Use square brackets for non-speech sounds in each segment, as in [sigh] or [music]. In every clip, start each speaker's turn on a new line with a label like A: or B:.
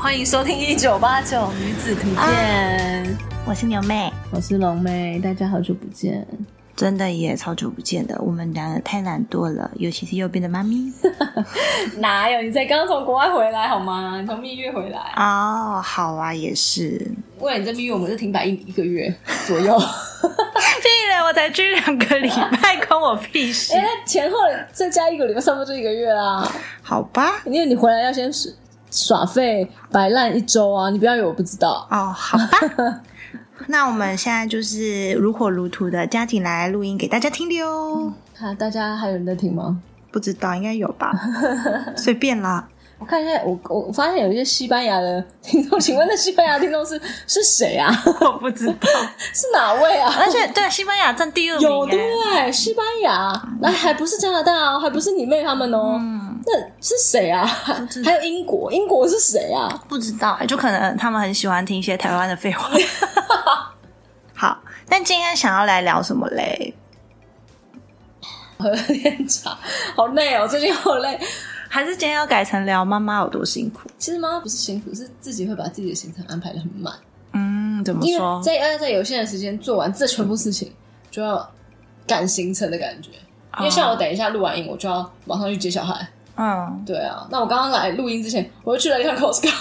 A: 欢迎收听一九八九 [laughs] 啊女子图鉴、
B: 我是牛妹，
A: 我是龙妹，大家好久不见。
B: 真的也超久不见的，我们两个太懒惰了，尤其是右边的妈咪。
A: 哪有？你才刚从国外回来好吗？你从蜜月回来，
B: [laughs] 哦，好啊，也是。
A: 为了你这蜜月，我们是停摆一一个月左右。
B: 屁嘞，我才去两个礼拜，关我屁事
A: [laughs] 哎、那前后再加一个礼拜，差不多就一个月啦。
B: [laughs] 好吧。
A: 因为你回来要先耍耍废、摆烂一周啊！你不要以为我不知道。
B: 哦，好 [laughs] 吧。那我们现在就是如火如荼的加紧来录音给大家听的哦。
A: 看、大家还有人在听吗？
B: 不知道应该有 [laughs] 吧，随便啦。
A: 我看一下，我我发现有一些西班牙的听众， [laughs] 请问那西班牙听众是是谁啊？ [laughs]
B: 我不知道，
A: 是哪位啊？
B: 而且对西班牙占第二名耶，嗯
A: 有的哎，西班牙，那还不是加拿大哦，还不是你妹他们哦。那是谁啊？还有英国，英国是谁啊？ [laughs]
B: 不知道，就可能他们很喜欢听一些台湾的废话。 [laughs] 好，那今天想要来聊什么嘞？
A: 喝点茶，好累哦，最近好累。
B: 还是今天要改成聊妈妈有多辛苦？
A: 其实妈妈不是辛苦，是自己会把自己的行程安排的很满，
B: 嗯，怎么
A: 因
B: 说
A: 为？在呃要在有限的时间做完这全部事情，就要赶行程的感觉。因
B: 啊
A: 为像我等一下录完音，我就要马上去接小孩。
B: 嗯，
A: 对啊，那我刚刚来录音之前，我又去了一趟 Costco，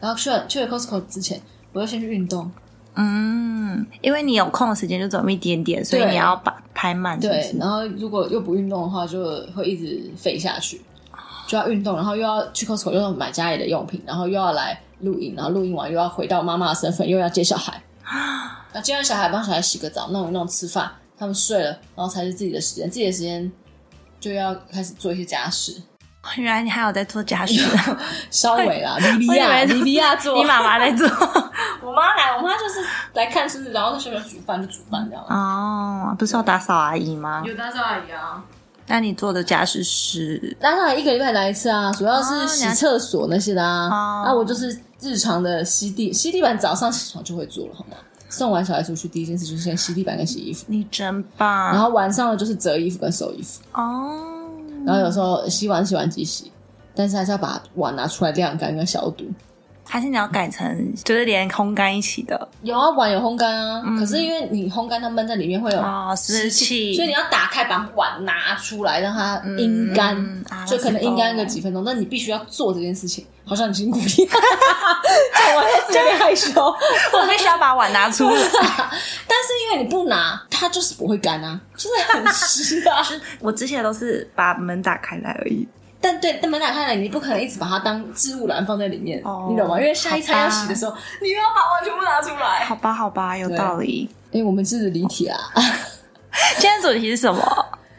A: 然后去了去了 Costco 之前，我又先去运动。
B: 嗯，因为你有空的时间就走那么一点点，所以
A: 对
B: 你要把排满，是不
A: 对
B: 是，？
A: 然后如果又不运动的话，就会一直废下去，就要运动，然后又要去 Costco 又要买家里的用品，然后又要来录音，然后录音完又要回到妈妈的身份，又要接小孩。那接完小孩，帮小孩洗个澡，弄一弄，吃饭，他们睡了，然后才是自己的时间，自己的时间就要开始做一些家事，
B: 原来你还有在做家 [laughs] 事，
A: 稍微啦，莉
B: 我
A: 莉
B: 以
A: 亚，
B: 为
A: 莉莉亚做，
B: 你妈妈 [laughs] 在做
A: 我妈来，我妈就是来看孙子，然后在学校煮饭就煮饭这样。
B: 哦，不是要打扫阿姨吗？
A: 有打扫阿姨啊，
B: 那你做的家事是
A: 打扫阿姨一个礼拜来一次啊，主要
B: 哦
A: 是洗
B: 了解
A: 厕所那些的啊。
B: 哦
A: 那、我就是日常的吸地，吸地板早上起床就会做了，好吗？送完小孩出去，第一件事就是先吸地板跟洗衣服，
B: 你真棒，
A: 然后晚上呢就是折衣服跟收衣服，
B: 哦，
A: 然后有时候洗碗洗碗机洗，但是还是要把碗拿出来晾干跟消毒。
B: 还是你要改成就是连烘干一起的
A: 有啊，碗有烘干啊，可是因为你烘干它闷在里面会有
B: 嗯哦，湿气，
A: 所以你要打开把碗拿出来，让它阴干，
B: 嗯啊
A: 就可能阴干个几分钟。但你必须要做这件事情，好像很辛苦一样。 [laughs] 讲完还是有点害羞， [laughs]
B: 我必须要把碗拿出来。
A: 但是因为你不拿，它就是不会干啊，就是很湿 [laughs] 啊。
B: [laughs] 我之前都是把门打开来而已。
A: 但对，但门打开来，你不可能一直把它当置物篮放在里面，
B: 哦
A: 你懂吗？因为下一餐要洗的时候，你又要把碗全部拿出来。
B: 好吧，好吧，有道理。
A: 哎、我们是离题啊。
B: 今天主题是什么？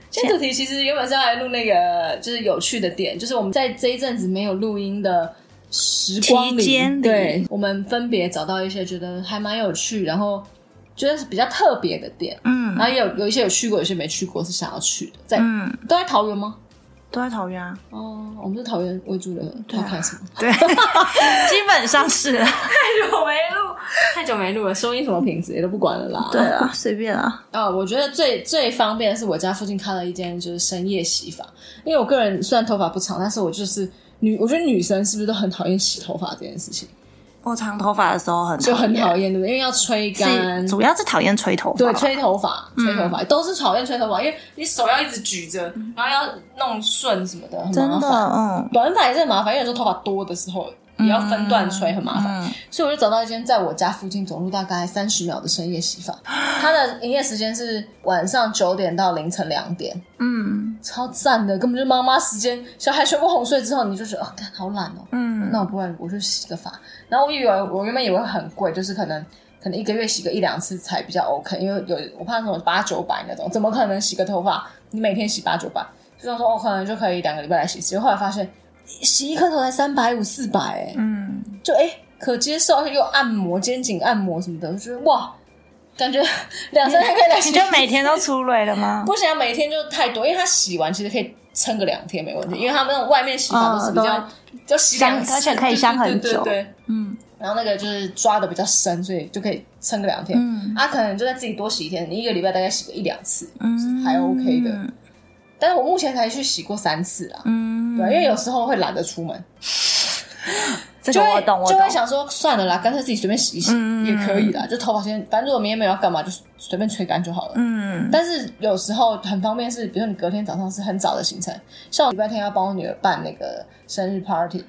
A: 今天主题其实原本是要来录那个，就是有趣的点，就是我们在这一阵子没有录音的时光
B: 期间
A: 里，
B: 里
A: 对我们分别找到一些觉得还蛮有趣，然后觉得是比较特别的点，
B: 嗯
A: 然后也有有一些有去过，有些没去过，是想要去的，在、
B: 嗯，
A: 都在桃园吗？
B: 都在桃园啊。
A: 哦，我们是桃园为主的，要看什么？
B: 对， [laughs] 基本上是。
A: [laughs] 太久没录，太久没录了，收音什么品质也都不管了啦。
B: 对啊，随便啊。
A: 啊、我觉得最最方便的是我家附近开了一间就是深夜洗发，因为我个人虽然头发不长，但是我就是女，我觉得女生是不是都很讨厌洗头发这件事情，
B: 我长头发的时候很
A: 就很
B: 厌
A: 讨厌，对不对？因为要吹干
B: 是，主要是讨厌吹头发。嗯
A: 对，吹头发，吹头发、都是讨厌吹头发，因为你手要一直举着，然后要弄顺什么的，很
B: 真
A: 麻
B: 的，
A: 烦。
B: 嗯
A: 短发也是很麻烦，因为有时候头发多的时候也要分段吹，很麻烦。
B: 嗯，
A: 所以我就找到一间在我家附近走路大概三十秒的深夜洗发，它的营业时间是晚上九点到凌晨两点，
B: 嗯
A: 超赞的，根本就是妈妈时间。小孩全部哄睡之后，你就觉得啊，干好懒哦。
B: 嗯，
A: 那我不然我就洗个发。然后我以为我原本以为很贵，就是可能可能一个月洗个一两次才比较 OK，因为有我怕那种八九百那种，怎么可能洗个头发你每天洗八九百？就想说我、哦、可能就可以两个礼拜来洗一次。后来发现洗一颗头才三百五四百，哎，
B: 嗯，
A: 就哎、诶可接受，而且又按摩肩颈按摩什么的，我觉得哇，感觉 [laughs] 两三天可以来洗
B: 你
A: 一次。
B: 就每天都出蕊了 [laughs] 吗？
A: 不想每天就太多，因为它洗完其实可以撑个两天没问题，因为他们那种外面洗法都是比较、
B: 哦
A: 就洗两次，
B: 香而且可以香很
A: 对对
B: 久
A: 对对对
B: 嗯
A: 然后那个就是抓的比较深，所以就可以撑个两天。
B: 嗯
A: 啊，可能就在自己多洗一天，你一个礼拜大概洗个一两次，
B: 嗯，
A: 还 OK 的。但是我目前才去洗过三次啦，啊
B: 嗯，
A: 对，因为有时候会懒得出门，
B: 这
A: 就
B: 个
A: 会
B: 我懂，我
A: 就
B: 懂
A: 会。想说算了啦，干脆自己随便洗一洗、
B: 嗯
A: 也可以啦，就头发先，反正如果明天没有要干嘛，就随便吹干就好了。
B: 嗯，
A: 但是有时候很方便是，比如说你隔天早上是很早的行程，像我礼拜天要帮我女儿办那个生日 party，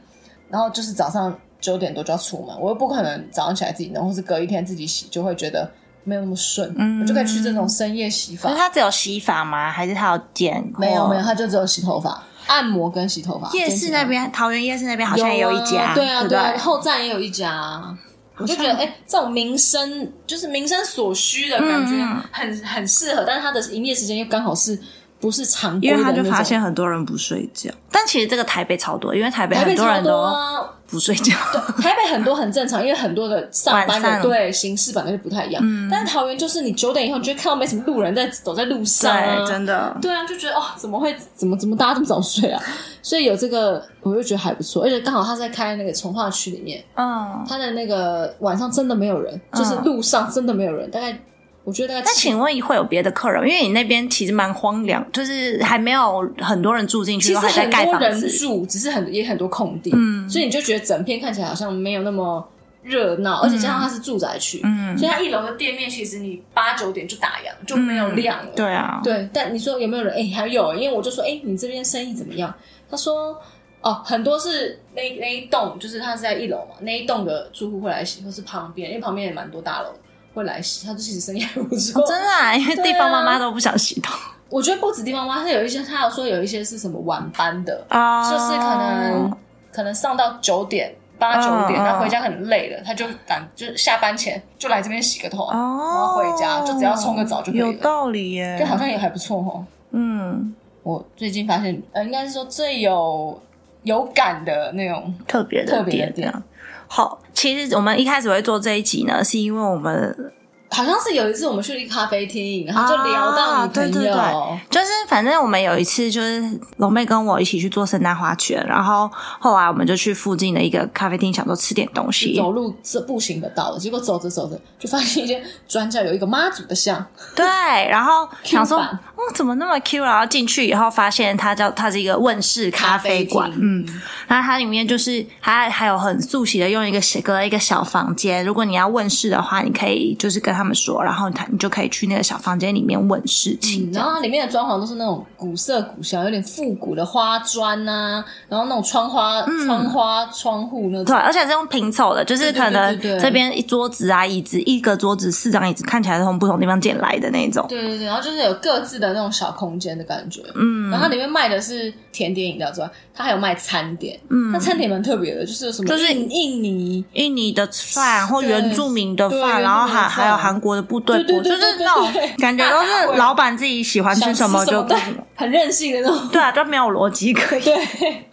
A: 然后就是早上九点多就要出门，我又不可能早上起来自己弄，或是隔一天自己洗，就会觉得没有那么顺，
B: 嗯
A: 我就可以去这种深夜洗
B: 可
A: 发
B: 是。他只有洗发吗？还是他有剪？
A: 没有没有，。他就只有洗头发、按摩跟洗头发。
B: 夜市那边，桃园夜市那边好像也有一家，
A: 啊对啊
B: 不
A: 对
B: 对
A: 啊，后站也有一家啊。我就觉得，哎、这种民生就是民生所需的感觉
B: 嗯嗯
A: 很，很适合。但是它的营业时间又刚好是不是常规
C: 因
A: 的
C: 为
A: 那
C: 他
A: 种？
C: 就发现很多人不睡觉，
B: 但其实这个台北超多，因为台北
A: 台
B: 很
A: 北超
B: 人
A: 多
B: 都
A: 啊，
B: 不睡觉。
A: 台北很多很正常，因为很多的上班
B: 晚上
A: 的
B: 嗯
A: 对形式本来就不太一样。但是桃园就是你九点以后，你就会看到没什么路人在走在路上、啊，
B: 对
C: 真的。
A: 对啊，就觉得哦，怎么会怎么怎么大家这么早睡啊？所以有这个，我就觉得还不错，而且刚好他在开那个从化区里面，
B: 嗯，
A: 他的那个晚上真的没有人，就是路上真的没有人，大概我觉得大概
B: 那
A: 七
B: 请问会有别的客人？因为你那边其实蛮荒凉，就是还没有很多人住进去，
A: 其
B: 都
A: 实
B: 还在
A: 很
B: 盖
A: 多
B: 房
A: 人
B: 子。
A: 住，只是很也很多空地，嗯，所以你就觉得整片看起来好像没有那么热闹，而且加上它是住宅区，
B: 嗯
A: 所以它一楼的店面其实你八九点就打烊就没有亮了，
B: 对啊，
A: 对，但你说有没有人？哎、还有，因为我就说，哎、你这边生意怎么样？他说，哦，很多是那那一栋，就是他是在一楼嘛，那一栋的住户会来洗，或是旁边，因为旁边也蛮多大楼会来洗。他就其实生意还不错，
B: 真的、啊，因为
A: 对啊
B: 地方妈妈都不想洗头
A: 我觉得不止地方妈，他有一些，他有说有一些是什么晚班的，
B: 啊
A: 就是可能可能上到九点。八九点，
B: 嗯嗯
A: 他回家很累了，他就赶就下班前就来这边洗个头，然
B: 哦
A: 后回家就只要冲个澡就可以
B: 有
A: 了，
B: 道理耶。
A: 就好像也还不错哦。
B: 嗯，
A: 我最近发现，呃，应该是说最有有感的那种，
B: 特别的
A: 特别的
B: 这样。好，其实我们一开始会做这一集呢，是因为我们
A: 好像是有一次我们去咖啡厅，然后就聊到
B: 啊
A: 女朋友，
B: 对对对就是反正我们有一次就是龙妹跟我一起去做圣诞花圈，然后后来我们就去附近的一个咖啡厅，想说吃点东西。
A: 走路这步行的到了，结果走着走着就发现一间转角有一个妈祖的像，
B: 对，然后
A: Q
B: 想说，
A: 版
B: 哦，怎么那么 Q？然后进去以后发现它叫它是一个问世咖啡馆，嗯，
A: 嗯，
B: 然后它里面就是还还有很速洗的用一个小隔了一个小房间，如果你要问世的话，你可以就是跟他们说，然后他你就可以去那个小房间里面问事情。
A: 嗯然后它里面的装潢都是那种古色古香，有点复古的花砖呐、然后那种窗花、
B: 嗯
A: 窗花、窗户那
B: 对，
A: 种，
B: 而且是用拼凑的，就是可能
A: 对对对对对
B: 这边一桌子啊、椅子，一个桌子四张椅子，看起来是从不同地方捡来的那种。
A: 对对对，然后就是有各自的那种小空间的感觉，嗯，然后它里面卖的是甜点饮料之外，它还有卖餐点，嗯，那餐点蛮特别的，就是有什么
B: 就是
A: 印印尼，
B: 印尼的饭或
A: 对
B: 原住民的
A: 对原住
B: 饭，
A: 民的
B: 然后还
A: 饭
B: 还有韩国的部队
A: 对
B: 锅，
A: 对
B: 就
A: 对对
B: 是
A: 对
B: 那种
A: 对
B: 感觉
A: [laughs]
B: 都是老板自己喜欢
A: 想
B: 吃什么就
A: 对
B: 做什么，，
A: 很任性的那种，
B: 对啊，就没有逻辑可言。
A: 对，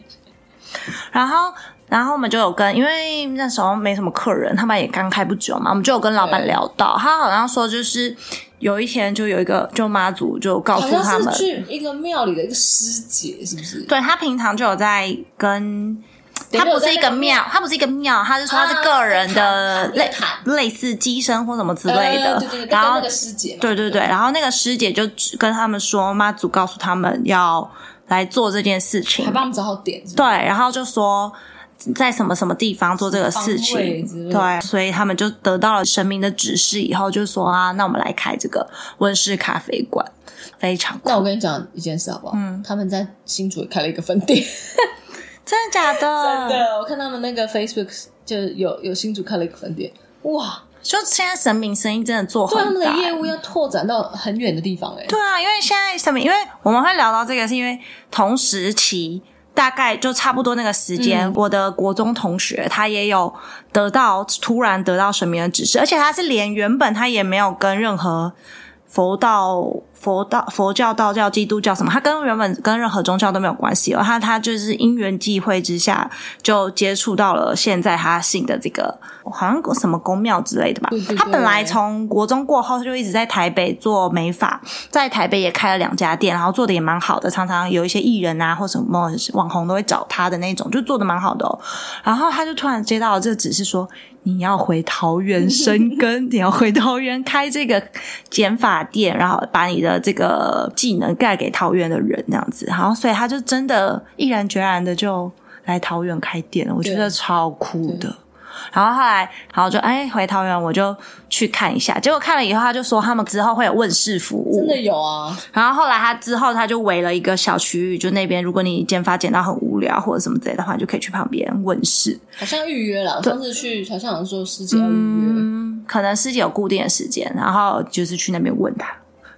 B: 然后，然后我们就有跟，因为那时候没什么客人，他们也刚开不久嘛，我们就有跟老板
A: 对
B: 聊到，他好像说就是有一天就有一个就妈祖就告
A: 好
B: 诉他
A: 像
B: 们
A: 是，去一个庙里的一个师姐，是不是？
B: 对他平常就有在跟。
A: 对
B: 他
A: 就有
B: 不是
A: 在
B: 一
A: 那啊
B: 个
A: 个
B: 庙，他不是一个庙，他是说他是
A: 啊
B: 个人的
A: 一个坛
B: 类
A: 一个坛
B: 类似机身或什么之
A: 呃
B: 类的
A: 对对，对，
B: 然
A: 跟
B: 后
A: 那个师姐嘛，
B: 对对对，然后那个师姐就只跟他们说，妈祖告诉他们要来做这件事情
A: 还，帮我们找好点，是不是
B: 对，然后就说在什么什么地方做这个事
A: 方位
B: 情
A: 之，类的
B: 对，所以他们就得到了神明的指示，以后就说啊，那我们来开这个温室咖啡馆，非常酷
A: 那我跟你讲一件事好不好？嗯，他们在新竹也开了一个分店，
B: 真的假的？
A: 真的，我看他们那个 Facebook 就有有新竹开了一个分店，哇，
B: 就现在神明生意真的做很
A: 对
B: 大，
A: 他们的业务要拓展到很远的地方哎、
B: 对啊，因为现在什么？因为我们会聊到这个，是因为同时期大概就差不多那个时间，
A: 嗯
B: 我的国中同学他也有得到突然得到神明的指示，而且他是连原本他也没有跟任何佛道、佛道、佛教、道教、基督教什么，他跟原本跟任何宗教都没有关系哦。他他就是因缘际会之下就接触到了现在他信的这个好像什么宫庙之类的吧。
A: 对对对
B: 他本来从国中过后就一直在台北做美发，在台北也开了两家店，然后做的也蛮好的，常常有一些艺人啊或什么网红都会找他的那种，就做的蛮好的哦。然后他就突然接到了这个指示说，你要回桃园生根，你要回桃园开这个剪发店，然后把你的这个技能带给桃园的人，这样子。然后，所以他就真的毅然决然的就来桃园开店，我觉
A: 对
B: 得超酷
A: 对
B: 的。然后后来，然后就哎回桃园，我就去看一下。结果看了以后，他就说他们之后会有问世服务，
A: 嗯真的有啊，
B: 然后后来他之后他就围了一个小区域，就那边如果你剪发剪到很无聊或者什么之类的话，你就可以去旁边问世。
A: 好像预约了。我上次去好像有人说师姐要预约，
B: 嗯，可能师姐有固定的时间，然后就是去那边问他，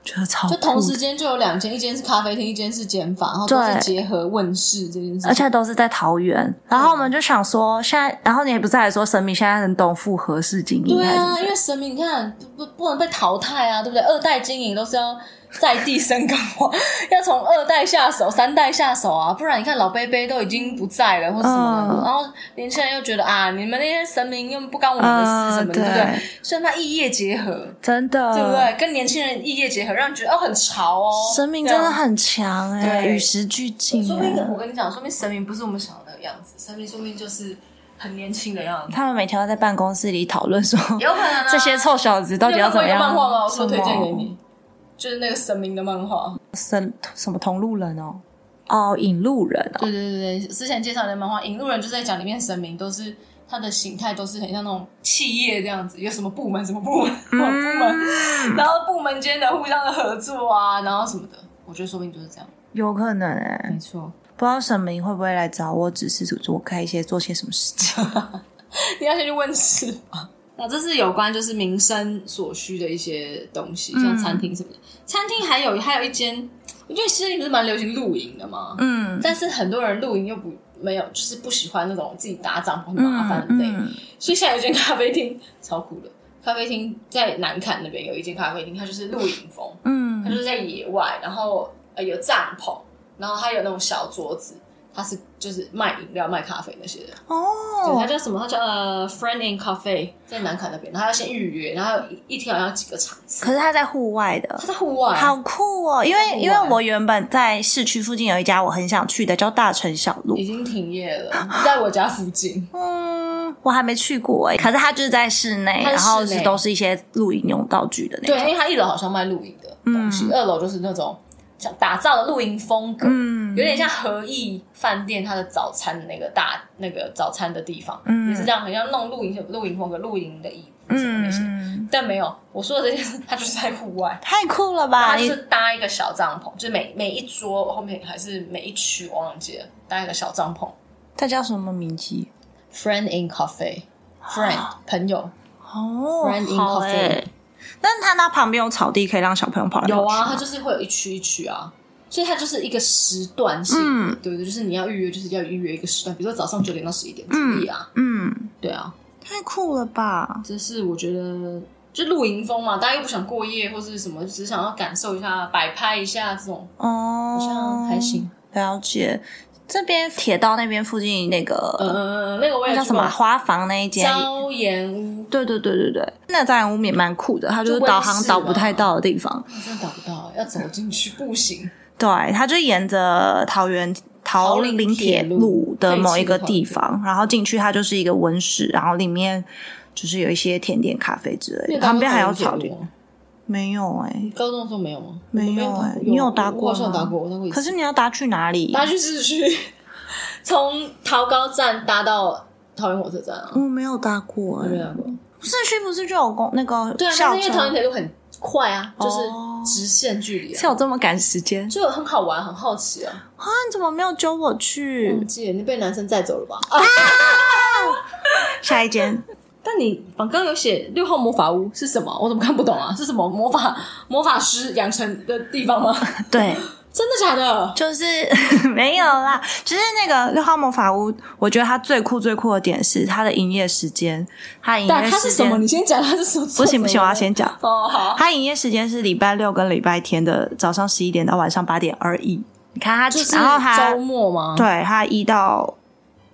B: 觉得超酷
A: 就同时间就有两间，一间是咖啡厅，一间是剪发，然后都
B: 嗯对
A: 是结合问世这件事情。
B: 而且都是在桃园。然后我们就想说，现在，然后你也不是还说神明现在很懂复合式经营
A: 对
B: 还是什么
A: 啊，因为神明你看不不不能被淘汰啊，对不对？二代经营都是要在地生根啊， [laughs] 要从二代下手，三代下手啊，不然你看老贝贝都已经不在了或什么的，
B: 嗯
A: 然后年轻人又觉得啊，你们那些神明又不干我们的事什么的，
B: 嗯
A: 对不对
B: 对？
A: 所以他异业结合，
B: 真的，
A: 对不对？跟年轻人异业结合，让你觉得哦很潮哦，
B: 神明
A: 这样
B: 真的。很强哎、
A: 对
B: 与时俱进、
A: 说明
B: 哎
A: 我跟你讲，说明神明不是我们想的那个样子，神明说明就是很年轻的样子，
B: 他们每天都在办公室里讨
A: [laughs]
B: 论说，
A: 有可能啊
B: 这些臭小子到底要怎么样？
A: 你有看过一个漫画吗？我是不是推
B: 什
A: 荐
B: 么
A: 给你， [laughs] 就是那个神明的漫画。
B: 神什么同路人哦，哦，引路人哦，
A: 对对对对，之前介绍的漫画《引路人》就是在讲里面神明都是它的形态都是很像那种企业这样子，有什么部门什么部门什么部门，然后部门间的互相的合作啊，然后什么的，我觉得说不定就是这样。
B: 有可能哎、
A: 没错，
B: 不知道神明会不会来找我，只是我开一些做些什么事情。
A: [laughs] 你要先去问事吧。那这是有关就是民生所需的一些东西，
B: 嗯
A: 像餐厅什么的。餐厅还有还有一间，我觉得其实不是蛮流行露营的嘛，
B: [laughs] 嗯，
A: 但是很多人露营又不没有，就是不喜欢那种自己搭帐篷很麻烦的、
B: 嗯嗯
A: 所以现在有一间咖啡厅超酷的，咖啡厅在南坎那边有一间咖啡厅，它就是露营风，它
B: 嗯
A: 就是在野外，然后呃有帐篷，然后它有那种小桌子，它是就是卖饮料、卖咖啡那些的。对，它
B: 哦，
A: 叫什么？它叫呃 Friend in Cafe，在南坎那边，然后要先预约，然后一一天好像有几个场次。
B: 可是他在户外的
A: 它。在户外，
B: 好酷哦！因
A: 户
B: 为
A: 外
B: 因为我原本在市区附近有一家我很想去的，叫大城小路
A: 已。经停业了，在我家附近。
B: 嗯，我还没去过哎、可是它就是在室内，
A: 它是室内
B: 然后是都是一些露营用道具的那
A: 对，
B: 种。
A: 因为它一楼好像卖露营的东西，二楼就是那种像打造的露营风格，
B: 嗯
A: 有点像和义饭店它的早餐的那个大那个早餐的地方，
B: 嗯
A: 也是这样，很像弄露营露营风格、露营的椅子什么
B: 嗯
A: 那些。
B: 嗯，
A: 但没有，我说的这件事，它就是在户外。
B: 太酷了吧！
A: 它就
B: 你
A: 是搭一个小帐篷，就是每每一桌后面还是每一区，我忘记了，搭一个小帐篷。
B: 它叫什么名字？
A: Friend in cafe，friend 朋友
B: 哦
A: Friend in，
B: 好
A: coffee
B: 欸但是它那旁边有草地，可以让小朋友跑来跑去。
A: 有啊，它就是会有一区一区啊，所以它就是一个时段性，
B: 嗯
A: 对对，就是你要预约，就是要预约一个时段，比如说早上九点到十一点可以啊，
B: 嗯，
A: 对啊，
B: 太酷了吧！
A: 这是我觉得就露营风嘛，大家又不想过夜或是什么，就只想要感受一下摆拍一下这种，
B: 哦，
A: 好像还行。
B: 了解。这边铁道那边附近那
A: 嗯
B: 个、
A: 嗯嗯嗯，那个我也
B: 那叫
A: 去
B: 什么
A: 过
B: 啊花房那一间，
A: 椒盐屋，
B: 对对对对对，那在屋也蛮酷的，它就是
A: 就温
B: 导
A: 室
B: 航导
A: 嘛
B: 不太到的地方。
A: 真的找不到，要走进去步行，
B: 对，它就沿着桃园桃林铁路的某一个地方，然后进去它就是一个温室，然后里面就是有一些甜点、咖啡之类的，旁边还有草
A: 地
B: 地。。没有哎、
A: 高中的时候没有吗？
B: 没有
A: 我打
B: 欸
A: 过
B: 你有搭
A: 我
B: 过
A: 好像有啊
B: 吗
A: 搭过，我搭过一次。
B: 可是你要搭去哪里？
A: 搭去市区， [laughs] 从桃高站搭到桃园火车站啊
B: 我。哦没有搭过、
A: 我没有
B: 欸，
A: 搭过。
B: 市区不是就有公那个
A: 对啊，但
B: 校
A: 是因为桃园
B: 车？
A: 铁路很快啊，就是
B: 哦
A: 直线距离
B: 是
A: 啊，
B: 有这么赶时间
A: 就很好玩，很好奇啊。
B: 啊？你怎么没有揪我去？
A: 忘记了你被男生载走了
B: 嗯
A: 吧？啊
B: 下一间
A: 但你刚刚有写六号魔法屋是什么？我怎么看不懂啊？是什么魔法魔法师养成的地方 [laughs] 吗？
B: 对，
A: 真的假的？
B: 就是 [laughs] 没有啦，只是那个六号魔法屋，我觉得它最酷最酷的点是它的营业时间，它的营
A: 但
B: 业
A: 啊它
B: 时
A: 是什么？
B: 间
A: 你先讲它是什么？
B: 不行不行，我要
A: 做什么
B: 先讲，
A: 的哦好。
B: 它营业时间是礼拜六跟礼拜天的早上十一点到晚上八点而已。你看它，
A: 就是
B: 然后它
A: 周末吗？，
B: 对它一到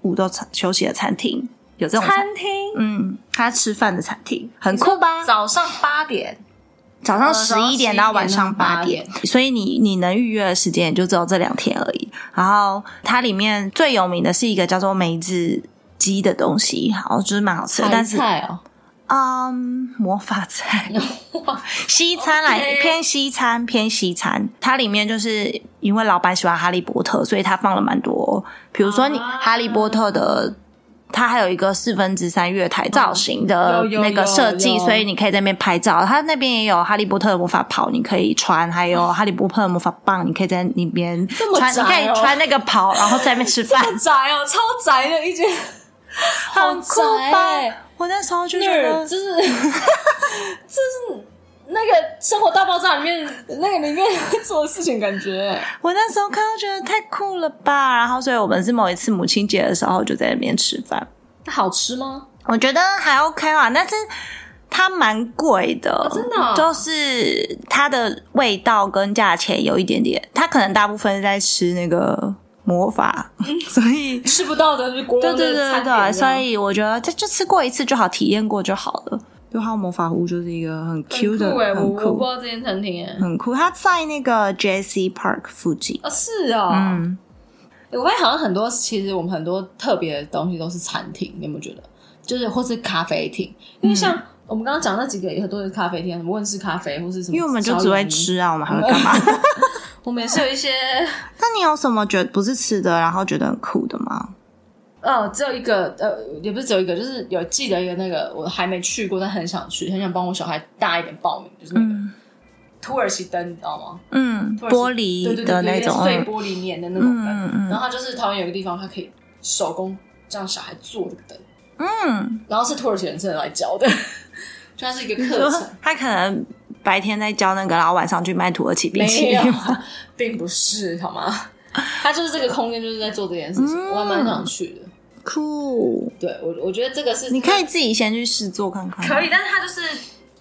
B: 五都餐休息的餐厅有这种餐，
A: 餐厅
B: 嗯，它吃饭的餐厅很酷吧？
A: 早上八点，
B: 嗯早上
A: 呃
B: 十一点到晚上八点，所以你你能预约的时间也就只有这两天而已。然后它里面最有名的是一个叫做梅子鸡的东西，好，就是蛮好吃的，
A: 台
B: 但是
A: 菜哦，
B: 嗯，魔法
A: [laughs]
B: 菜，西餐来
A: OK
B: 偏西餐，偏西餐。它里面就是因为老板喜欢哈利波特，所以他放了蛮多，比如说你
A: 啊
B: 哈利波特的，它还有一个四分之三月台造型的
A: 哦有有
B: 那个
A: 有
B: 设计，
A: 有
B: 所以你可以在那边拍照。它那边也有哈利波特的魔法袍，你可以穿，还有哈利波特的魔法棒，你可以在里边
A: 这么
B: 穿，你
A: 宅
B: 可以
A: 哦
B: 穿那个袍，然后在那边
A: [laughs]
B: 吃饭，
A: 宅哦，超宅的一间，
B: 很酷吧
A: 宅欸？
B: 我那时候就觉
A: 那
B: 得
A: 儿，就是，就是那个《生活大爆炸》里面那个里面做的事情，感觉
B: 我那时候看到觉得太酷了吧，然后所以我们是某一次母亲节的时候就在那边吃饭，
A: 它好吃吗？
B: 我觉得还 OK 啦，但是它蛮贵的，
A: 真的哦
B: 就是它的味道跟价钱有一点点，它可能大部分是在吃那个
A: [laughs]
B: 魔法，所以。
A: 吃不到的就是国
B: 对
A: 王
B: 对
A: 的
B: 对对
A: 餐
B: 对，
A: 点这
B: 所
A: 样
B: 以我觉得这就吃过一次就好，体验过就好了。六号魔法屋就是一个很 Q 的，
A: 很酷哎、我
B: 很
A: 我不知
B: 酷，
A: 道这间餐厅哎、
B: 很酷。它在那个 J C Park 附近，
A: 哦，是哦，
B: 嗯，
A: 我发现好像很多，其实我们很多特别的东西都是餐厅，你有没有觉得？就是或是咖啡厅，因
B: 嗯
A: 为像我们刚刚讲那几个，有很多是咖啡厅，什么问世咖啡或是什么，
B: 因为我们就只会，吃啊，我们还会干嘛？ [laughs]
A: 我们也是有一些，
B: 那你有什么觉得不是吃的，然后觉得很酷的吗？
A: 呃，只有一个，呃，也不是只有一个，就是有记得一个那个我还没去过，但很想去，很想帮我小孩大一点报名，就是那个土耳其灯，你知道吗？
B: 嗯，
A: 土耳其
B: 玻
A: 对
B: 璃
A: 对
B: 的
A: 对
B: 那
A: 对，
B: 种，
A: 碎
B: 嗯
A: 玻璃面的那种灯，
B: 嗯嗯
A: 然后它就是桃园有一个地方，它可以手工让小孩做那个灯，
B: 嗯，
A: 然后是土耳其人真的来教的，就它是一个课
B: 就是
A: 程。
B: 他可能白天在教那个，然后晚上去卖土耳其冰淇
A: [laughs]
B: [laughs]
A: 没有啊
B: 淋。，
A: 并不是好吗？它就是这个空间就是在做这件事情，我还蛮想去的。
B: 酷，
A: 对我，我觉得这个是
B: 嗯你可以自己先去试做看看。
A: 可以，但是它就是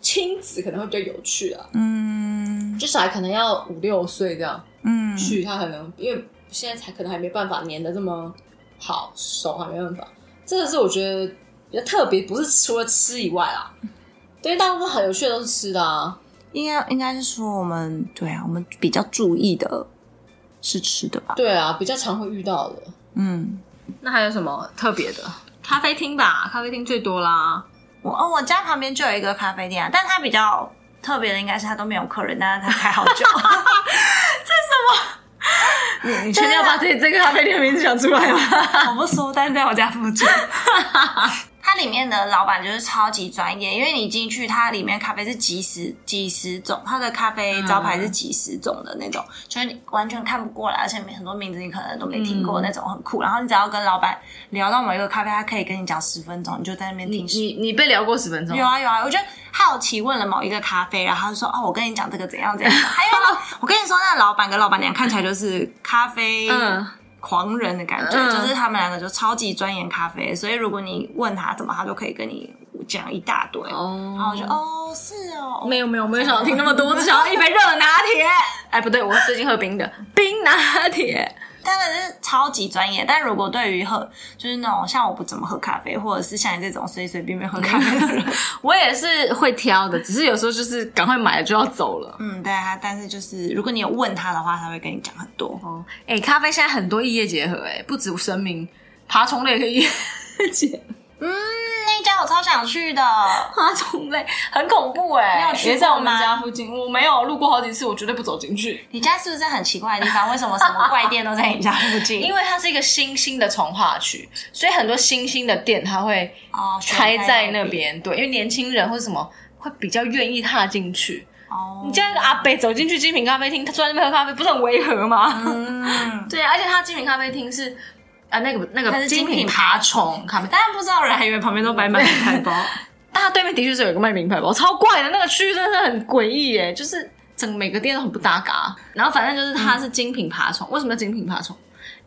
A: 亲子可能会比较有趣啊，
B: 嗯
A: 就小孩可能要五六岁这样
B: 嗯，
A: 去，他可能因为现在才可能还没办法粘的这么好，手还没办法。这个是我觉得比较特别，不是除了吃以外啊，因为大部分很有趣的都是吃的啊。
B: 应该应该是说我们对啊，我们比较注意的是吃的吧？
A: 对啊，比较常会遇到的。
B: 嗯，
A: 那还有什么特别的？咖啡厅吧，咖啡厅最多啦。
B: 我哦，我家旁边就有一个咖啡店啊，但它比较特别的应该是它都没有客人，但是它开好 [laughs] 久。
A: 你
B: 啊
A: 确定要把这这个咖啡店的名字讲出来吗？
B: 我不说，但是在我家附近。 [laughs] 它里面的老板就是超级专业，因为你进去，它里面咖啡是几十几十种，它的咖啡招牌是几十种的那种，就是你完全看不过来，而且很多名字你可能都没听过那种，很酷。然后你只要跟老板聊到某一个咖啡，他可以跟你讲十分钟，你就在那边听十
A: 你被聊过十分钟
B: 有啊有啊，我就好奇问了某一个咖啡，然后他就说哦，我跟你讲这个怎样
A: [laughs]
B: 怎样。还有呢，我跟你说，那老板跟老板娘看起来就是咖啡
A: 嗯
B: 狂人的感觉，
A: 嗯
B: 就是他们两个就超级钻研咖啡，所以如果你问他怎么，他就可以跟你讲一大堆。
A: 哦
B: 然后我就哦是哦，
A: 没有没有，没有想要听那么多，我只想要一杯热拿铁。哎，不对，我最近喝冰的冰拿铁。
B: 真的是超级专业。但如果对于喝就是那种像我不怎么喝咖啡，或者是像你这种随随便便喝咖啡的
A: [laughs]
B: 人，
A: 我也是会挑的，只是有时候就是赶快买了就要走了。
B: 嗯，对啊，但是就是如果你有问他的话，他会跟你讲很多。
A: 哦，哎，咖啡现在很多异业结合，哎，不止生命，爬虫类也可以异业结合，
B: 嗯，那一家我超想去的。
A: 爬虫类很恐怖 [laughs] 哎。
B: 你有去
A: 也在
B: 过
A: 我们
B: 吗
A: 家附近，我没有路过好几次，我绝对不走进去。
B: 你家是不是在很奇怪的地方？为什么什么怪店都在你家附近？
A: 因为它是一个新兴的从化区，所以很多新兴的店它会
B: 哦，
A: 开在那
B: 选
A: 边，对，因为年轻人或什么会比较愿意踏进去。
B: 哦，
A: 你叫一个阿北走进去精品咖啡厅，他坐在那边喝咖啡，不是很违和吗？
B: 嗯，
A: 对，而且他精品咖啡厅是啊，那个那
B: 它
A: 个
B: 是精品
A: 品爬虫咖啡，但
B: 但不知道人还以为旁边都摆满名 [laughs] 牌包。
A: 但它对面的确是有一个卖名牌包，超怪的那个区域真的很诡异耶，就是整个每个店都很不搭嘎。然后反正就是它是精品爬虫，为什么叫精品爬虫？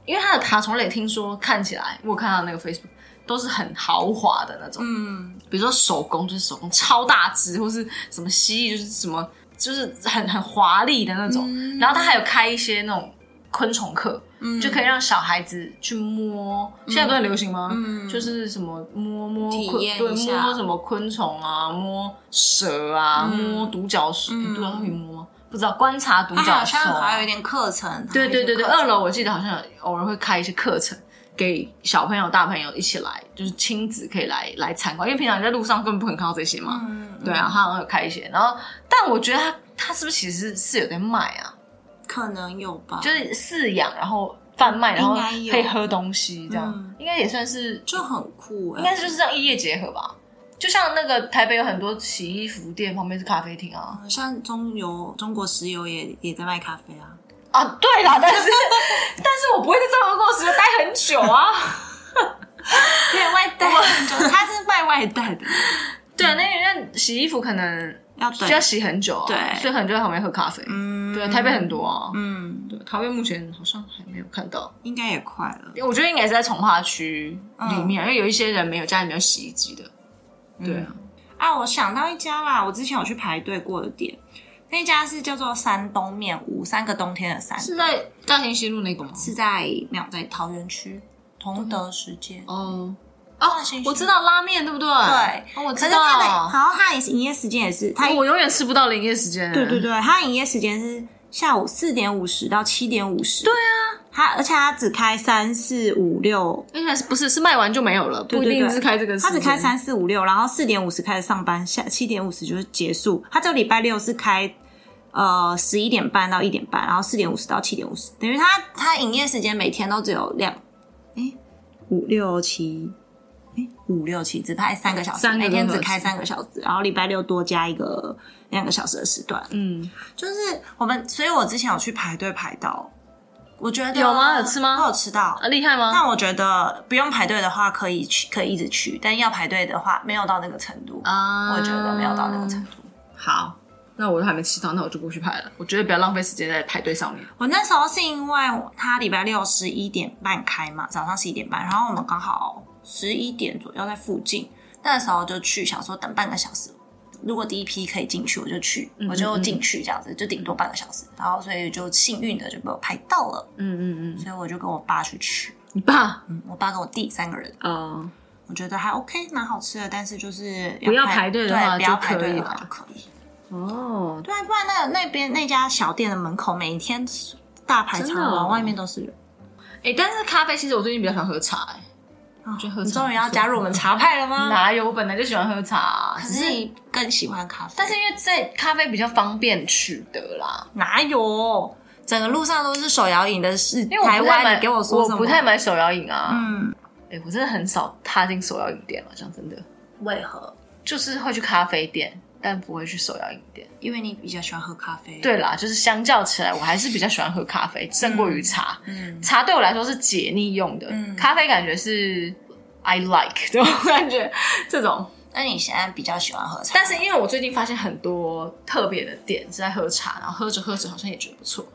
A: 因为它的爬虫类听说看起来，我有看到那个 Facebook 都是很豪华的那种，
B: 嗯，
A: 比如说手工就是手工超大只，或是什么蜥蜴就是什么就是很很华丽的那种。
B: 嗯
A: 然后它还有开一些那种昆虫课，就可以让小孩子去摸。现在不是很流行吗？
B: 嗯
A: 就是什么摸摸
B: 体
A: 昆
B: 验
A: 对
B: 一下
A: 摸什么昆虫啊，摸蛇啊，
B: 嗯
A: 摸独角兽，
B: 嗯
A: 诶独角兽可以摸吗？不知道，观察独
B: 它
A: 角
B: 好
A: 兽
B: 像
A: 啊。
B: 还有一点课程。
A: 对对对对，
B: 还
A: 二
B: 有一些课程
A: 楼我记得好像有偶尔会开一些课程，给小朋友、大朋友一起来，就是亲子可以来来参观，因为平常你在路上根本不可能看到这些嘛。
B: 嗯，
A: 对啊，他好像有开一些，然后但我觉得他他是不是其实是有在卖啊？
B: 嗯可能有吧，
A: 就是饲养，然后贩卖，然后
B: 应该有
A: 可以喝东西这样，
B: 嗯
A: 应该也算是
B: 就很酷哎、
A: 应该就是这样异业结合吧。就像那个台北有很多洗衣服店，旁边是咖啡厅啊
B: 好像中油中国石油也也在卖咖啡啊，
A: 啊，对啦，但是 [laughs] 但是我不会在这么过时待很久啊。
B: 对外 [laughs] 带，它是卖外带的，
A: [laughs] 对，啊那那洗衣服可能
B: 要
A: 需要
B: 等，
A: 洗很久啊，
B: 对
A: 所以很多人在旁边喝咖啡。
B: 嗯，
A: 对，台北很多啊，
B: 嗯，
A: 对，桃园目前好像还没有看到。
B: 应该也快了，
A: 我觉得应该是在从化区里面，因为有一些人没有家里没有洗衣机的，对啊，
B: 啊，我想到一家啦，我之前有去排队过的店，那家是叫做山东面屋，三个冬天的山，
A: 是在大兴西路那个吗？
B: 是在没有在桃园区同德时间。
A: 哦
B: 哦
A: 我知，道拉面对不对？对，我
B: 可
A: 知
B: 是它的，
A: 道。
B: 好，它的营业时间也是，它
A: 哦我永远吃不到零业时间。
B: 对对，对，它的营业时间是下午四点五十到七点五十。对啊，它而且它只开三四五六，
A: 而且是不是是卖完就没有了，
B: 对
A: 不一
B: 对对
A: 定是开这个时
B: 它
A: 间。
B: 只开三四五六，然后四点五十开始上班，下七点五十就是结束。它这个礼拜六是开呃十一点半到一点半，然后四点五十到七点五十，等于它它营业时间每天都只有两哎五六七。诶五六七只开三个小时，
A: 三个
B: 每天
A: 多
B: 只
A: 小时
B: 开三个小时，然后礼拜六多加一个两个小时的时段。
A: 嗯，
B: 就是我们，所以我之前有去排队排到，我觉得
A: 有吗有吃吗
B: 我有吃到，
A: 啊厉害吗？
B: 但我觉得不用排队的话可以去，可以一直去，但要排队的话没有到那个程度，
A: 啊
B: 我觉得没有到那个程度。
A: 好。那我都还没吃到，那我就不去排了。我觉得不要浪费时间在排队上面。
B: 我那时候是因为他礼拜六十一点半开嘛，早上十一点半，然后我们刚好十一点左右在附近，那时候就去，想说等半个小时，如果第一批可以进去我就去，我就进去这样子，就顶多半个小时，然后所以就幸运的就被我排到了。
A: 嗯嗯嗯，
B: 所以我就跟我爸去吃，
A: 你爸
B: 嗯，我爸跟我弟三个人，
A: 哦，
B: 我觉得还 OK，蛮好吃的，但是就是
A: 不要排队的
B: 对
A: 话
B: 不要
A: 就
B: 排队
A: 可以
B: 的话
A: 了
B: 就可以。
A: 哦，
B: 对啊，不然那个那边那家小店的门口每天大排
A: 真
B: 长
A: 的哦
B: 龙，外面都是人。
A: 哎，但是咖啡其实我最近比较喜欢喝茶，哎，
B: 啊
A: 觉得喝
B: 你
A: 茶
B: 终于
A: 不
B: 要
A: 错
B: 加入我们茶派了吗？
A: [laughs] 哪有？我本来就喜欢喝茶，
B: 啊
A: 啊
B: 可
A: 只
B: 是
A: 是
B: 你更喜欢咖啡，
A: 但是因为在咖啡比较方便取得啦，
B: 哪有？整个路上都是手摇饮的是
A: 因为我
B: 台
A: 不太
B: 湾，
A: 买，
B: 你给我说什么？
A: 不太买手摇饮啊。
B: 嗯，
A: 哎、我真的很少踏进手摇饮店了，讲真的，
B: 为何？
A: 就是会去咖啡店，但不会去手摇饮店。
B: 因为你比较喜欢喝咖啡。，
A: 对啦，就是相较起来，我还是比较喜欢喝咖啡，胜过于茶。
B: 嗯，
A: 茶对我来说是解腻用的，
B: 嗯
A: 咖啡感觉是 I like 这种感觉，这种。
B: 那你现在比较喜欢喝茶？
A: 但是因为我最近发现很多特别的店是在喝茶，然后喝着喝着好像也觉得不错。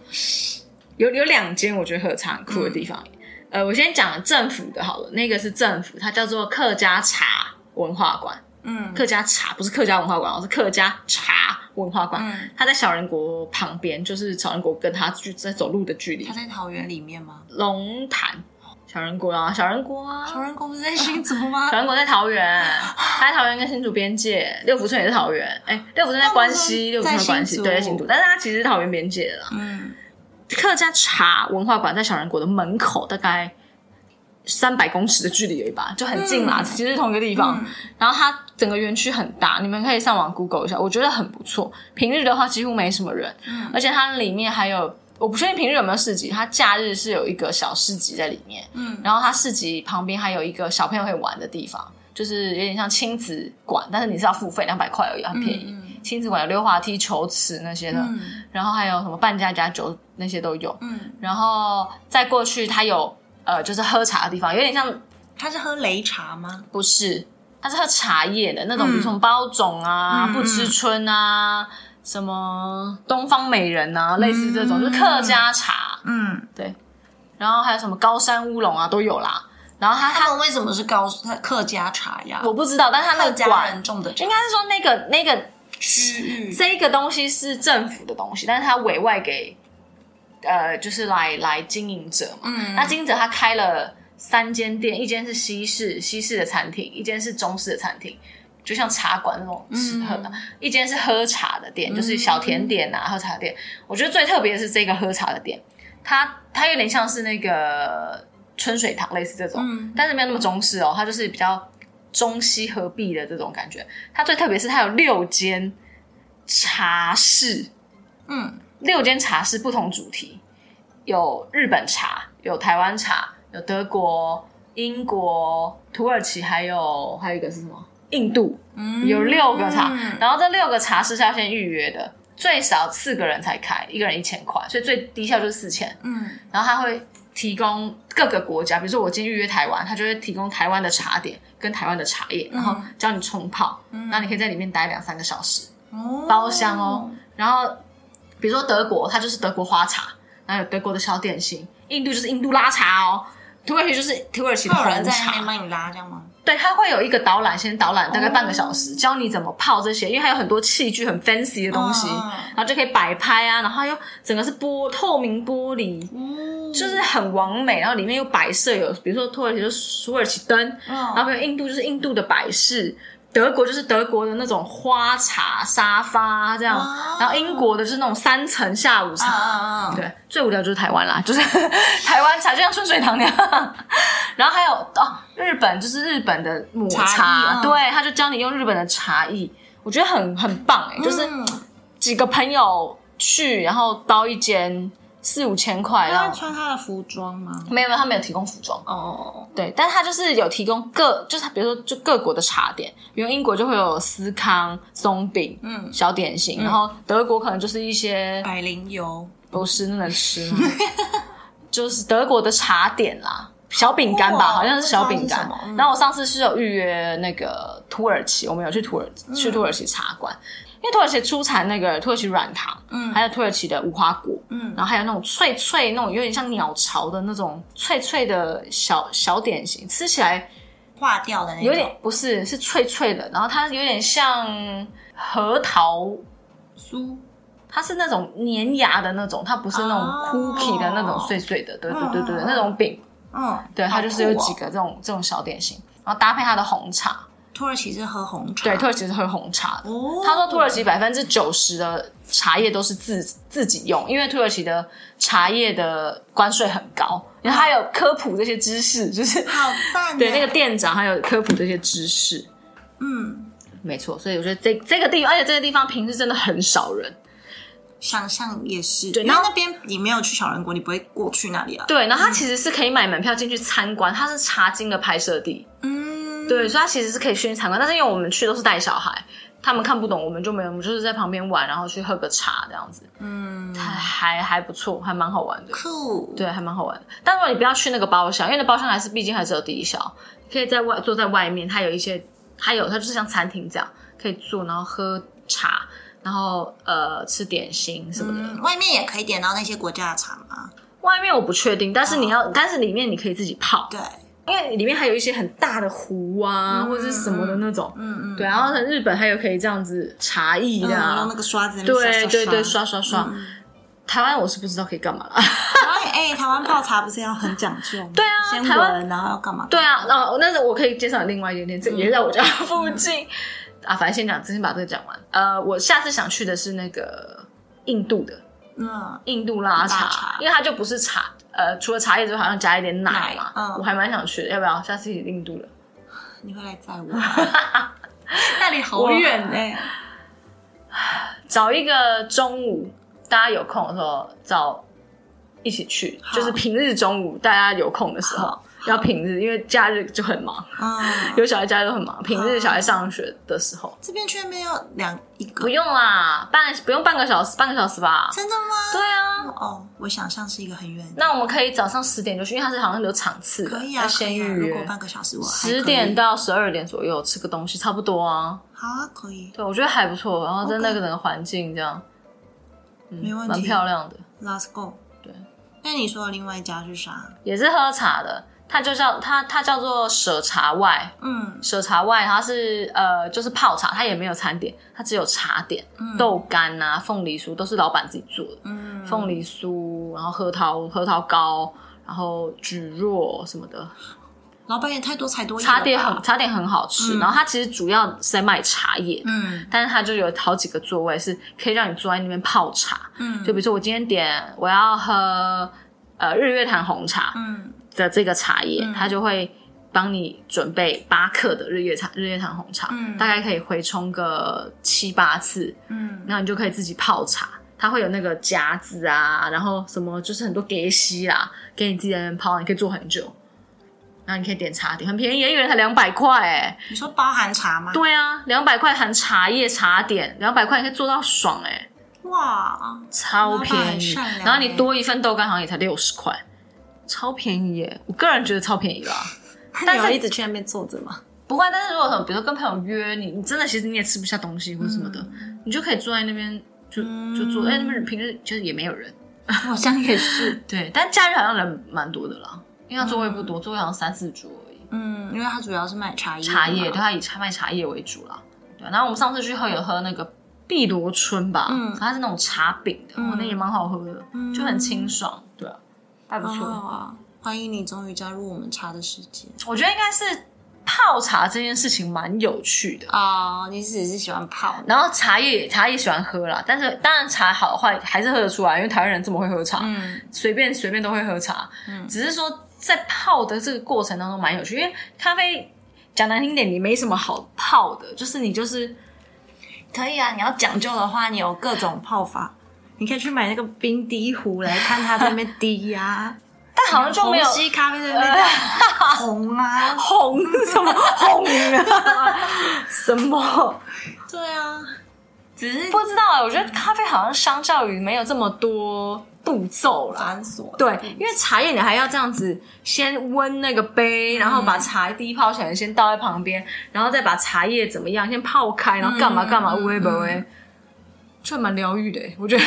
A: 有有两间我觉得喝茶很酷的地方，呃，我先讲政府的好了，那个是政府，它叫做客家茶文化馆，
B: 嗯
A: 客家茶不是客家文化馆哦，是客家茶文化馆。
B: 嗯，
A: 它在小人国旁边，就是小人国跟它距在走路的距离
B: 他。在桃园里面吗？
A: 嗯龙潭，小人国啊，小人国啊，
B: 桃园公司在新竹吗
A: [laughs] 小？人国在桃园，它在桃园跟新竹边界，六福村也是桃园，哎、六福村在关西，
B: 那
A: 六
B: 不
A: 福
B: 是
A: 村在关西，
B: 哦在新竹
A: 对，在新竹，但是它其实是桃园边界的啦。
B: 嗯，
A: 客家茶文化馆在小人国的门口，大概三百公尺的距离而已吧，就很近啦，
B: 嗯
A: 其实是同一个地方。
B: 嗯
A: 然后它整个园区很大，你们可以上网 Google 一下，我觉得很不错。平日的话几乎没什么人，
B: 嗯
A: 而且它里面还有，我不确定平日有没有市集，它假日是有一个小市集在里面。
B: 嗯
A: 然后它市集旁边还有一个小朋友会玩的地方，就是有点像亲子馆，但是你是要付费两百块而已，很便宜。
B: 嗯嗯
A: 亲子馆有溜滑梯、球池那些的，
B: 嗯
A: 然后还有什么半价加酒那些都有。
B: 嗯，
A: 然后再过去，它有呃，就是喝茶的地方，有点像
B: 他是喝擂茶吗？
A: 不是，它是喝茶叶的那种，
B: 嗯
A: 比如说包种啊、
B: 嗯
A: 不知春啊、什么东方美人啊，类似这种，就是客家茶。
B: 嗯，
A: 然后还有什么高山乌龙啊，都有啦。然后它它
B: 他们为什么是高客家茶呀？
A: 我不知道，但是它那
B: 客
A: 个
B: 家
A: 馆
B: 人种的茶
A: 应该是说那个那个
B: 区域，
A: 这个东西是政府的东西，但是它委外给呃，就是来来经营者嘛。
B: 嗯
A: 那经营者他开了三间店，一间是西式西式的餐厅，一间是中式的餐厅，就像茶馆那种吃喝的，一间是喝茶的店，就是小甜点啊，喝茶的店。我觉得最特别的是这个喝茶的店，它它有点像是那个春水堂类似这种，
B: 嗯
A: 但是没有那么中式哦，它就是比较中西合璧的这种感觉。它最特别是它有六间茶室，
B: 嗯，
A: 六间茶室不同主题，有日本茶，有台湾茶，有德国、英国、土耳其，还有还有一个是什么？印度。
B: 嗯
A: 有六个茶，
B: 嗯
A: 然后这六个茶室是要先预约的，最少四个人才开，一个人一千块，所以最低效就是四千。
B: 嗯
A: 然后他会提供各个国家，比如说我今天预约台湾，他就会提供台湾的茶点跟台湾的茶叶，然后教你冲泡，
B: 嗯
A: 那、你可以在里面待两三个小时，
B: 哦
A: 包厢哦。然后比如说德国，它就是德国花茶，然后有德国的小点心；印度就是印度拉茶哦。土耳其就是土耳其的
B: 哦会有
A: 红
B: 人在那
A: 茶
B: 边，帮你拉这样吗？
A: 对，它会有一个导览，先导览大概半个小
B: 嗯
A: 时，教你怎么泡这些，因为它有很多器具很 fancy 的东西，
B: 嗯嗯
A: 然后就可以摆拍啊，然后它又整个是玻透明玻璃，就是很完美，然后里面有摆设，有比如说土耳其就是土耳其灯，
B: 嗯
A: 然后还有印度就是印度的摆饰。德国就是德国的那种花茶沙发这样，
B: 哦
A: 然后英国的就是那种三层下午茶，
B: 啊啊！
A: 对，最无聊就是台湾啦，就是 [laughs] 台湾茶，就像春水堂那样。然后还有哦，日本就是日本的抹茶，
B: 茶艺嗯
A: 对，他就教你用日本的茶艺，我觉得很很棒哎、就是
B: 嗯
A: 几个朋友去，然后包一间四五千块，然
B: 他
A: 后
B: 会穿他的服装吗？
A: 没有没有，他没有提供服装，
B: 哦，
A: 对，但他就是有提供各，就是他比如说就各国的茶点，比如英国就会有司康、松饼、
B: 嗯
A: 小点心，然后德国可能就是一些
B: 百灵油，
A: 不是那能吃吗？ [laughs] 就是德国的茶点啦，小饼干吧，
B: 哇
A: 好像是小饼
B: 不
A: 干
B: 哦知道是什么。嗯
A: 然后我上次是有预约那个土耳其，我们有去土耳
B: 嗯
A: 去土耳其茶馆，因为土耳其出产那个土耳其软糖，
B: 嗯
A: 还有土耳其的无花果，
B: 嗯
A: 然后还有那种脆脆那种有点像鸟巢的那种脆脆的小小点心，吃起来
B: 化掉的那种
A: 有点不是是脆脆的，然后它有点像核桃
B: 酥，
A: 它是那种粘牙的那种，它不是那种
B: 哦
A: cookie 的那种碎碎的，对对对对，对
B: 嗯嗯嗯
A: 那种饼，
B: 嗯，
A: 对，它就是有几
B: 好酷哦。
A: 个这种这种小点心，然后搭配它的红茶，
B: 土耳其是喝红茶，
A: 对，土耳其是喝红茶的。
B: 哦，
A: 他说土耳其百分之九十的茶叶都是自自己用，因为土耳其的茶叶的关税很高，然后还有科普这些知识，就是
B: 好赞
A: [laughs]
B: 哦，
A: 对那个店长还有科普这些知识，
B: 嗯，
A: 没错，所以我觉得这这个地方，而且这个地方平时真的很少人。
B: 想象也是。
A: 对
B: 然后
A: 那
B: 那边你没有去小人国，你不会过去那里啊？
A: 对，然后它其实是可以买门票进去参观，它是茶经的拍摄地，
B: 嗯，
A: 对，所以它其实是可以去参观。但是因为我们去都是带小孩，他们看不懂，我们就没有，我们就是在旁边玩，然后去喝个茶这样子，
B: 嗯，
A: 还还还不错，还蛮好玩的。
B: 酷，
A: 对，还蛮好玩的。但如果你不要去那个包厢，因为那包厢还是毕竟还是有低消，可以在外坐在外面，它有一些，它有它就是像餐厅这样，可以坐，然后喝茶，然后呃吃点心什么的。
B: 嗯，外面也可以点到那些国家的茶吗？
A: 外面我不确定，但是你
B: 哦
A: 要，但是里面你可以自己泡。
B: 对，
A: 因为里面还有一些很大的壶啊，或者是什么的那种，
B: 嗯嗯嗯，
A: 对，然啊后日本还有可以这样子茶艺
B: 嗯，
A: 的、
B: 用
A: 啊
B: 那个刷子，
A: 对对对，
B: 刷。嗯
A: 刷刷刷。台湾我是不知道可以干嘛了，
B: 然后哎，台湾泡茶不是要很讲究吗？
A: 对啊
B: 先
A: 台湾
B: 闻，然后要干嘛？
A: [laughs] 对啊，然后但是我可以介绍你另外一间店，这个也在我
B: 嗯
A: 家附近、啊，反正先讲，先把这个讲完。呃，我下次想去的是那个印度的
B: 嗯，
A: 印度拉茶，
B: 拉茶
A: 因为它就不是茶，呃，除了茶叶之外，好像加一点奶嘛，
B: 奶嗯
A: 我还蛮想去的，要不要下次去印度的？
B: 你会来载我吗？
A: [laughs] 那里好啊
B: [laughs] 哎，
A: 找一个中午大家有空的时候找一起去，就是平日中午大家有空的时候
B: 好，
A: 要平日，因为假日就很忙，
B: 嗯，
A: 有小孩假日都很忙，平日小孩上学的时候
B: 这边却没有两一个
A: 不，用啦，半不用半个小时，半个小时吧。
B: 真的吗？
A: 对啊，
B: 哦，我想象是一个很远，
A: 那我们可以早上十点就去，因为它是好像有场次的，
B: 可以
A: 要
B: 啊，可
A: 先
B: 以
A: 预
B: 啊。如果
A: 约。
B: 半个小时我还可以
A: 十点到十二点左右吃个东西差不多啊，
B: 好啊，可以，
A: 对我觉得还不错。然后在
B: OK
A: 那个整个环境这样，嗯
B: 没问题
A: 蛮漂亮的。
B: ，Let's go。
A: 对，
B: 那你说的另外一家是啥？
A: 也是喝茶的，它就叫它它叫做舍茶外，
B: 嗯
A: 舍茶外它是呃就是泡茶，它也没有餐点，它只有茶点，豆干啊、凤梨酥都是老板自己做的，
B: 嗯，
A: 凤梨酥，然后核桃核桃糕，然后蒟蒻什么的，
B: 老板也太多才多艺了吧
A: 茶点很茶点很好吃，
B: 嗯
A: 然后它其实主要是在卖茶叶。
B: 嗯
A: 但是它就有好几个座位是可以让你坐在那边泡茶，
B: 嗯
A: 就比如说我今天点我要喝呃日月潭红茶，
B: 嗯
A: 的这个茶叶，它就会帮你准备八克的日月茶、日月潭红茶，
B: 嗯
A: 大概可以回冲个七八次，
B: 嗯，
A: 那你就可以自己泡茶。它会有那个夹子啊，然后什么就是很多给西啦，给你自己在那边泡，你可以做很久。然后你可以点茶点，很便宜，一个人才两百块哎。
B: 你说包含茶吗？
A: 对啊，两百块含茶叶茶点，两百块你可以做到爽哎、
B: 哇，
A: 超便宜
B: 老板很善。良欸
A: 然后你多一份豆干好像也才六十块，超便宜耶！我个人觉得超便宜啦。
B: 但
A: 但
B: 你
A: 是
B: 有一直去那边坐着吗？
A: 不会，但是如果比如说跟朋友约你，你真的其实你也吃不下东西或什么的，你就可以坐在那边就就坐，哎、那边平日就是也没有人。
B: 好像也是，
A: 对，但假日好像人蛮多的啦，因为它座位不多，座位好像三四桌而已。
B: [laughs] 嗯，因为它主要是卖茶叶，哦
A: 茶叶，对，，它以茶卖茶叶为主啦。对，然后我们上次去喝有喝那个碧螺春吧，
B: 嗯
A: 它是那种茶饼的，哦，那也蛮好喝的，就很清爽，对啊，还不
B: 好
A: 错。
B: 好啊！欢迎你终于加入我们茶的世界
A: 我觉得应该是泡茶这件事情蛮有趣的。
B: 哦，你只是喜欢泡，
A: 然后茶叶，茶叶喜欢喝啦，但是当然茶好坏还是喝得出来，因为台湾人这么会喝茶，
B: 嗯，
A: 随便随便都会喝茶，只是说在泡的这个过程当中蛮有趣，因为咖啡讲难听点，你没什么好泡的，就是你就是
B: 可以啊。你要讲究的话，你有各种泡法，你可以去买那个冰滴壶来看它在那边滴呀、
A: 但好 [laughs] 像就没有
B: 虹吸咖啡在那边
A: [laughs]
B: 红啊，
A: 红什么 [laughs] 红啊，什么
B: 对啊，只是
A: 不知道、欸，我觉得咖啡好像相较于没有这么多步骤啦，
B: 繁琐，
A: 对，因为茶叶你还要这样子，先温那个杯，然后把茶滴泡起来，先倒在旁边，然后再把茶叶怎么样，先泡开，然后干嘛干嘛，微不微，就蛮疗愈的欸。我觉得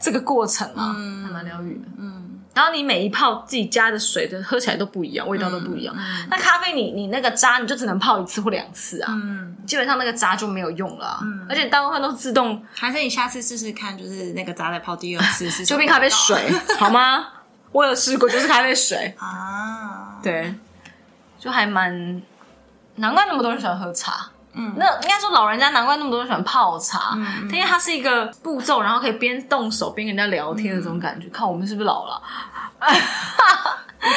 A: 这个过程啊，还蛮疗愈的。嗯，然后你每一泡自己加的水的喝起来都不一样，味道都不一样。那咖啡你你那个渣你就只能泡一次或两次啊，
B: 嗯，
A: 基本上那个渣就没有用了啊、而且大部分都是自动
B: 还是你下次试试看，就是那个杂在泡第二 [laughs] 次是什
A: 就
B: 么
A: 变咖啡
B: 味道
A: 水，好吗？我有试过，就是咖啡水。
B: 啊，
A: 对，就还蛮难怪那么多人喜欢喝茶。
B: 嗯
A: 那应该说老人家难怪那么多人喜欢泡茶，因为它是一个步骤，然后可以边动手边跟人家聊天的这种感觉。看我们是不是老了，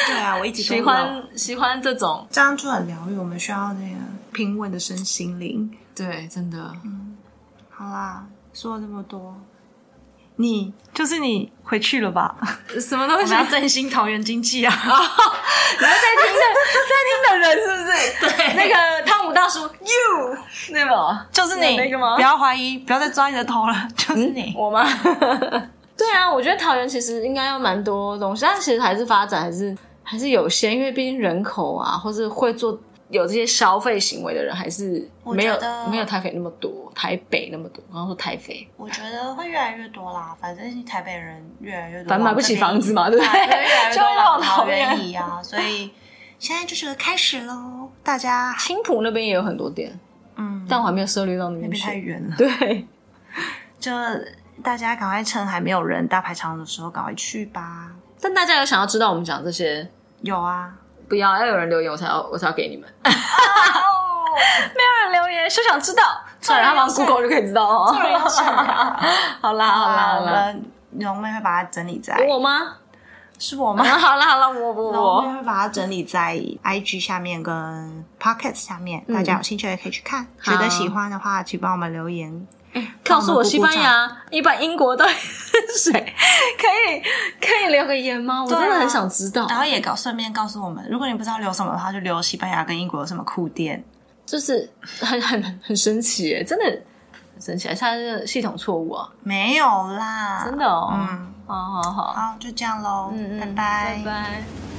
B: 对啊，我一直都
A: 喜欢喜欢这种，
B: 这样就很疗愈，我们需要那个平稳的身心灵。
A: 对，真的。
B: 好啦，说了这么多，你就是你回去了吧？
A: 什么东
B: [laughs] 我
A: 西？
B: 们要
A: 在
B: 振兴桃园经济啊！
A: 听的人是不是？ [laughs] 对，那个汤姆大叔，you 对吧？
B: 就是你，
A: 有那个吗
B: 不要怀疑，不要再抓你的头了，就是你。
A: [laughs] 我吗？对啊，我觉得桃园其实应该有蛮多东西，但其实还是发展还是还是有限，因为毕竟人口啊，或是会做有这些消费行为的人，还是
B: 我
A: 没有
B: 觉得
A: 没有台北那么多，台北那么多。然后说台北，
B: 我觉得会越来越多啦，反正台北人越来越多，
A: 反正买不起房子嘛，对不
B: 对，越来
A: 对？
B: 越
A: 就 [laughs]
B: 多
A: 会
B: 往
A: 往
B: 桃
A: 桃
B: 园
A: 园，
B: 移啊，所以现在就是个开始喽，大家
A: 青浦那边也有很多店，
B: 嗯，
A: 但我还没有涉猎到那
B: 那
A: 边
B: 边太
A: 去。
B: 远
A: [laughs]
B: 了，
A: 对，
B: 就大家赶快趁还没有人大排长龙的时候赶快去吧。
A: 但大家有想要知道我们讲这些，
B: 有啊，
A: 不要要有人留言，我才要我才要给你们。没有人留言，就想知道，
B: 做
A: 算
B: 人
A: 了，他
B: 要
A: 忙 Google 就可以知道哦。
B: 做人要啊善良
A: [laughs] 好啦 [laughs] 好啦好
B: 我
A: 啦，
B: 们龙妹会把它整理在，
A: 有我吗？
B: 是我吗？ [laughs]
A: 啊，好啦好啦，我 [laughs] 我
B: 龙
A: 我，
B: 妹会把它整理在 IG 下面跟 Pocket 下面，大
A: 嗯
B: 家有兴趣也可以去看。觉得喜欢的话，请帮我们留言。
A: 告诉我西班牙、一般英国到底是谁？可以可以留个言吗？我
B: 对啊
A: 真的很想知道，
B: 然后也告顺便告诉我们，如果你不知道留什么的话，就留西班牙跟英国有什么酷店。
A: 就是很很很神奇耶，真的很神奇，还是它是系统错误啊？
B: 没有啦，
A: 真的哦，
B: 嗯，
A: 好好好，
B: 好，就这样喽，
A: 嗯嗯，
B: 拜拜
A: 拜拜。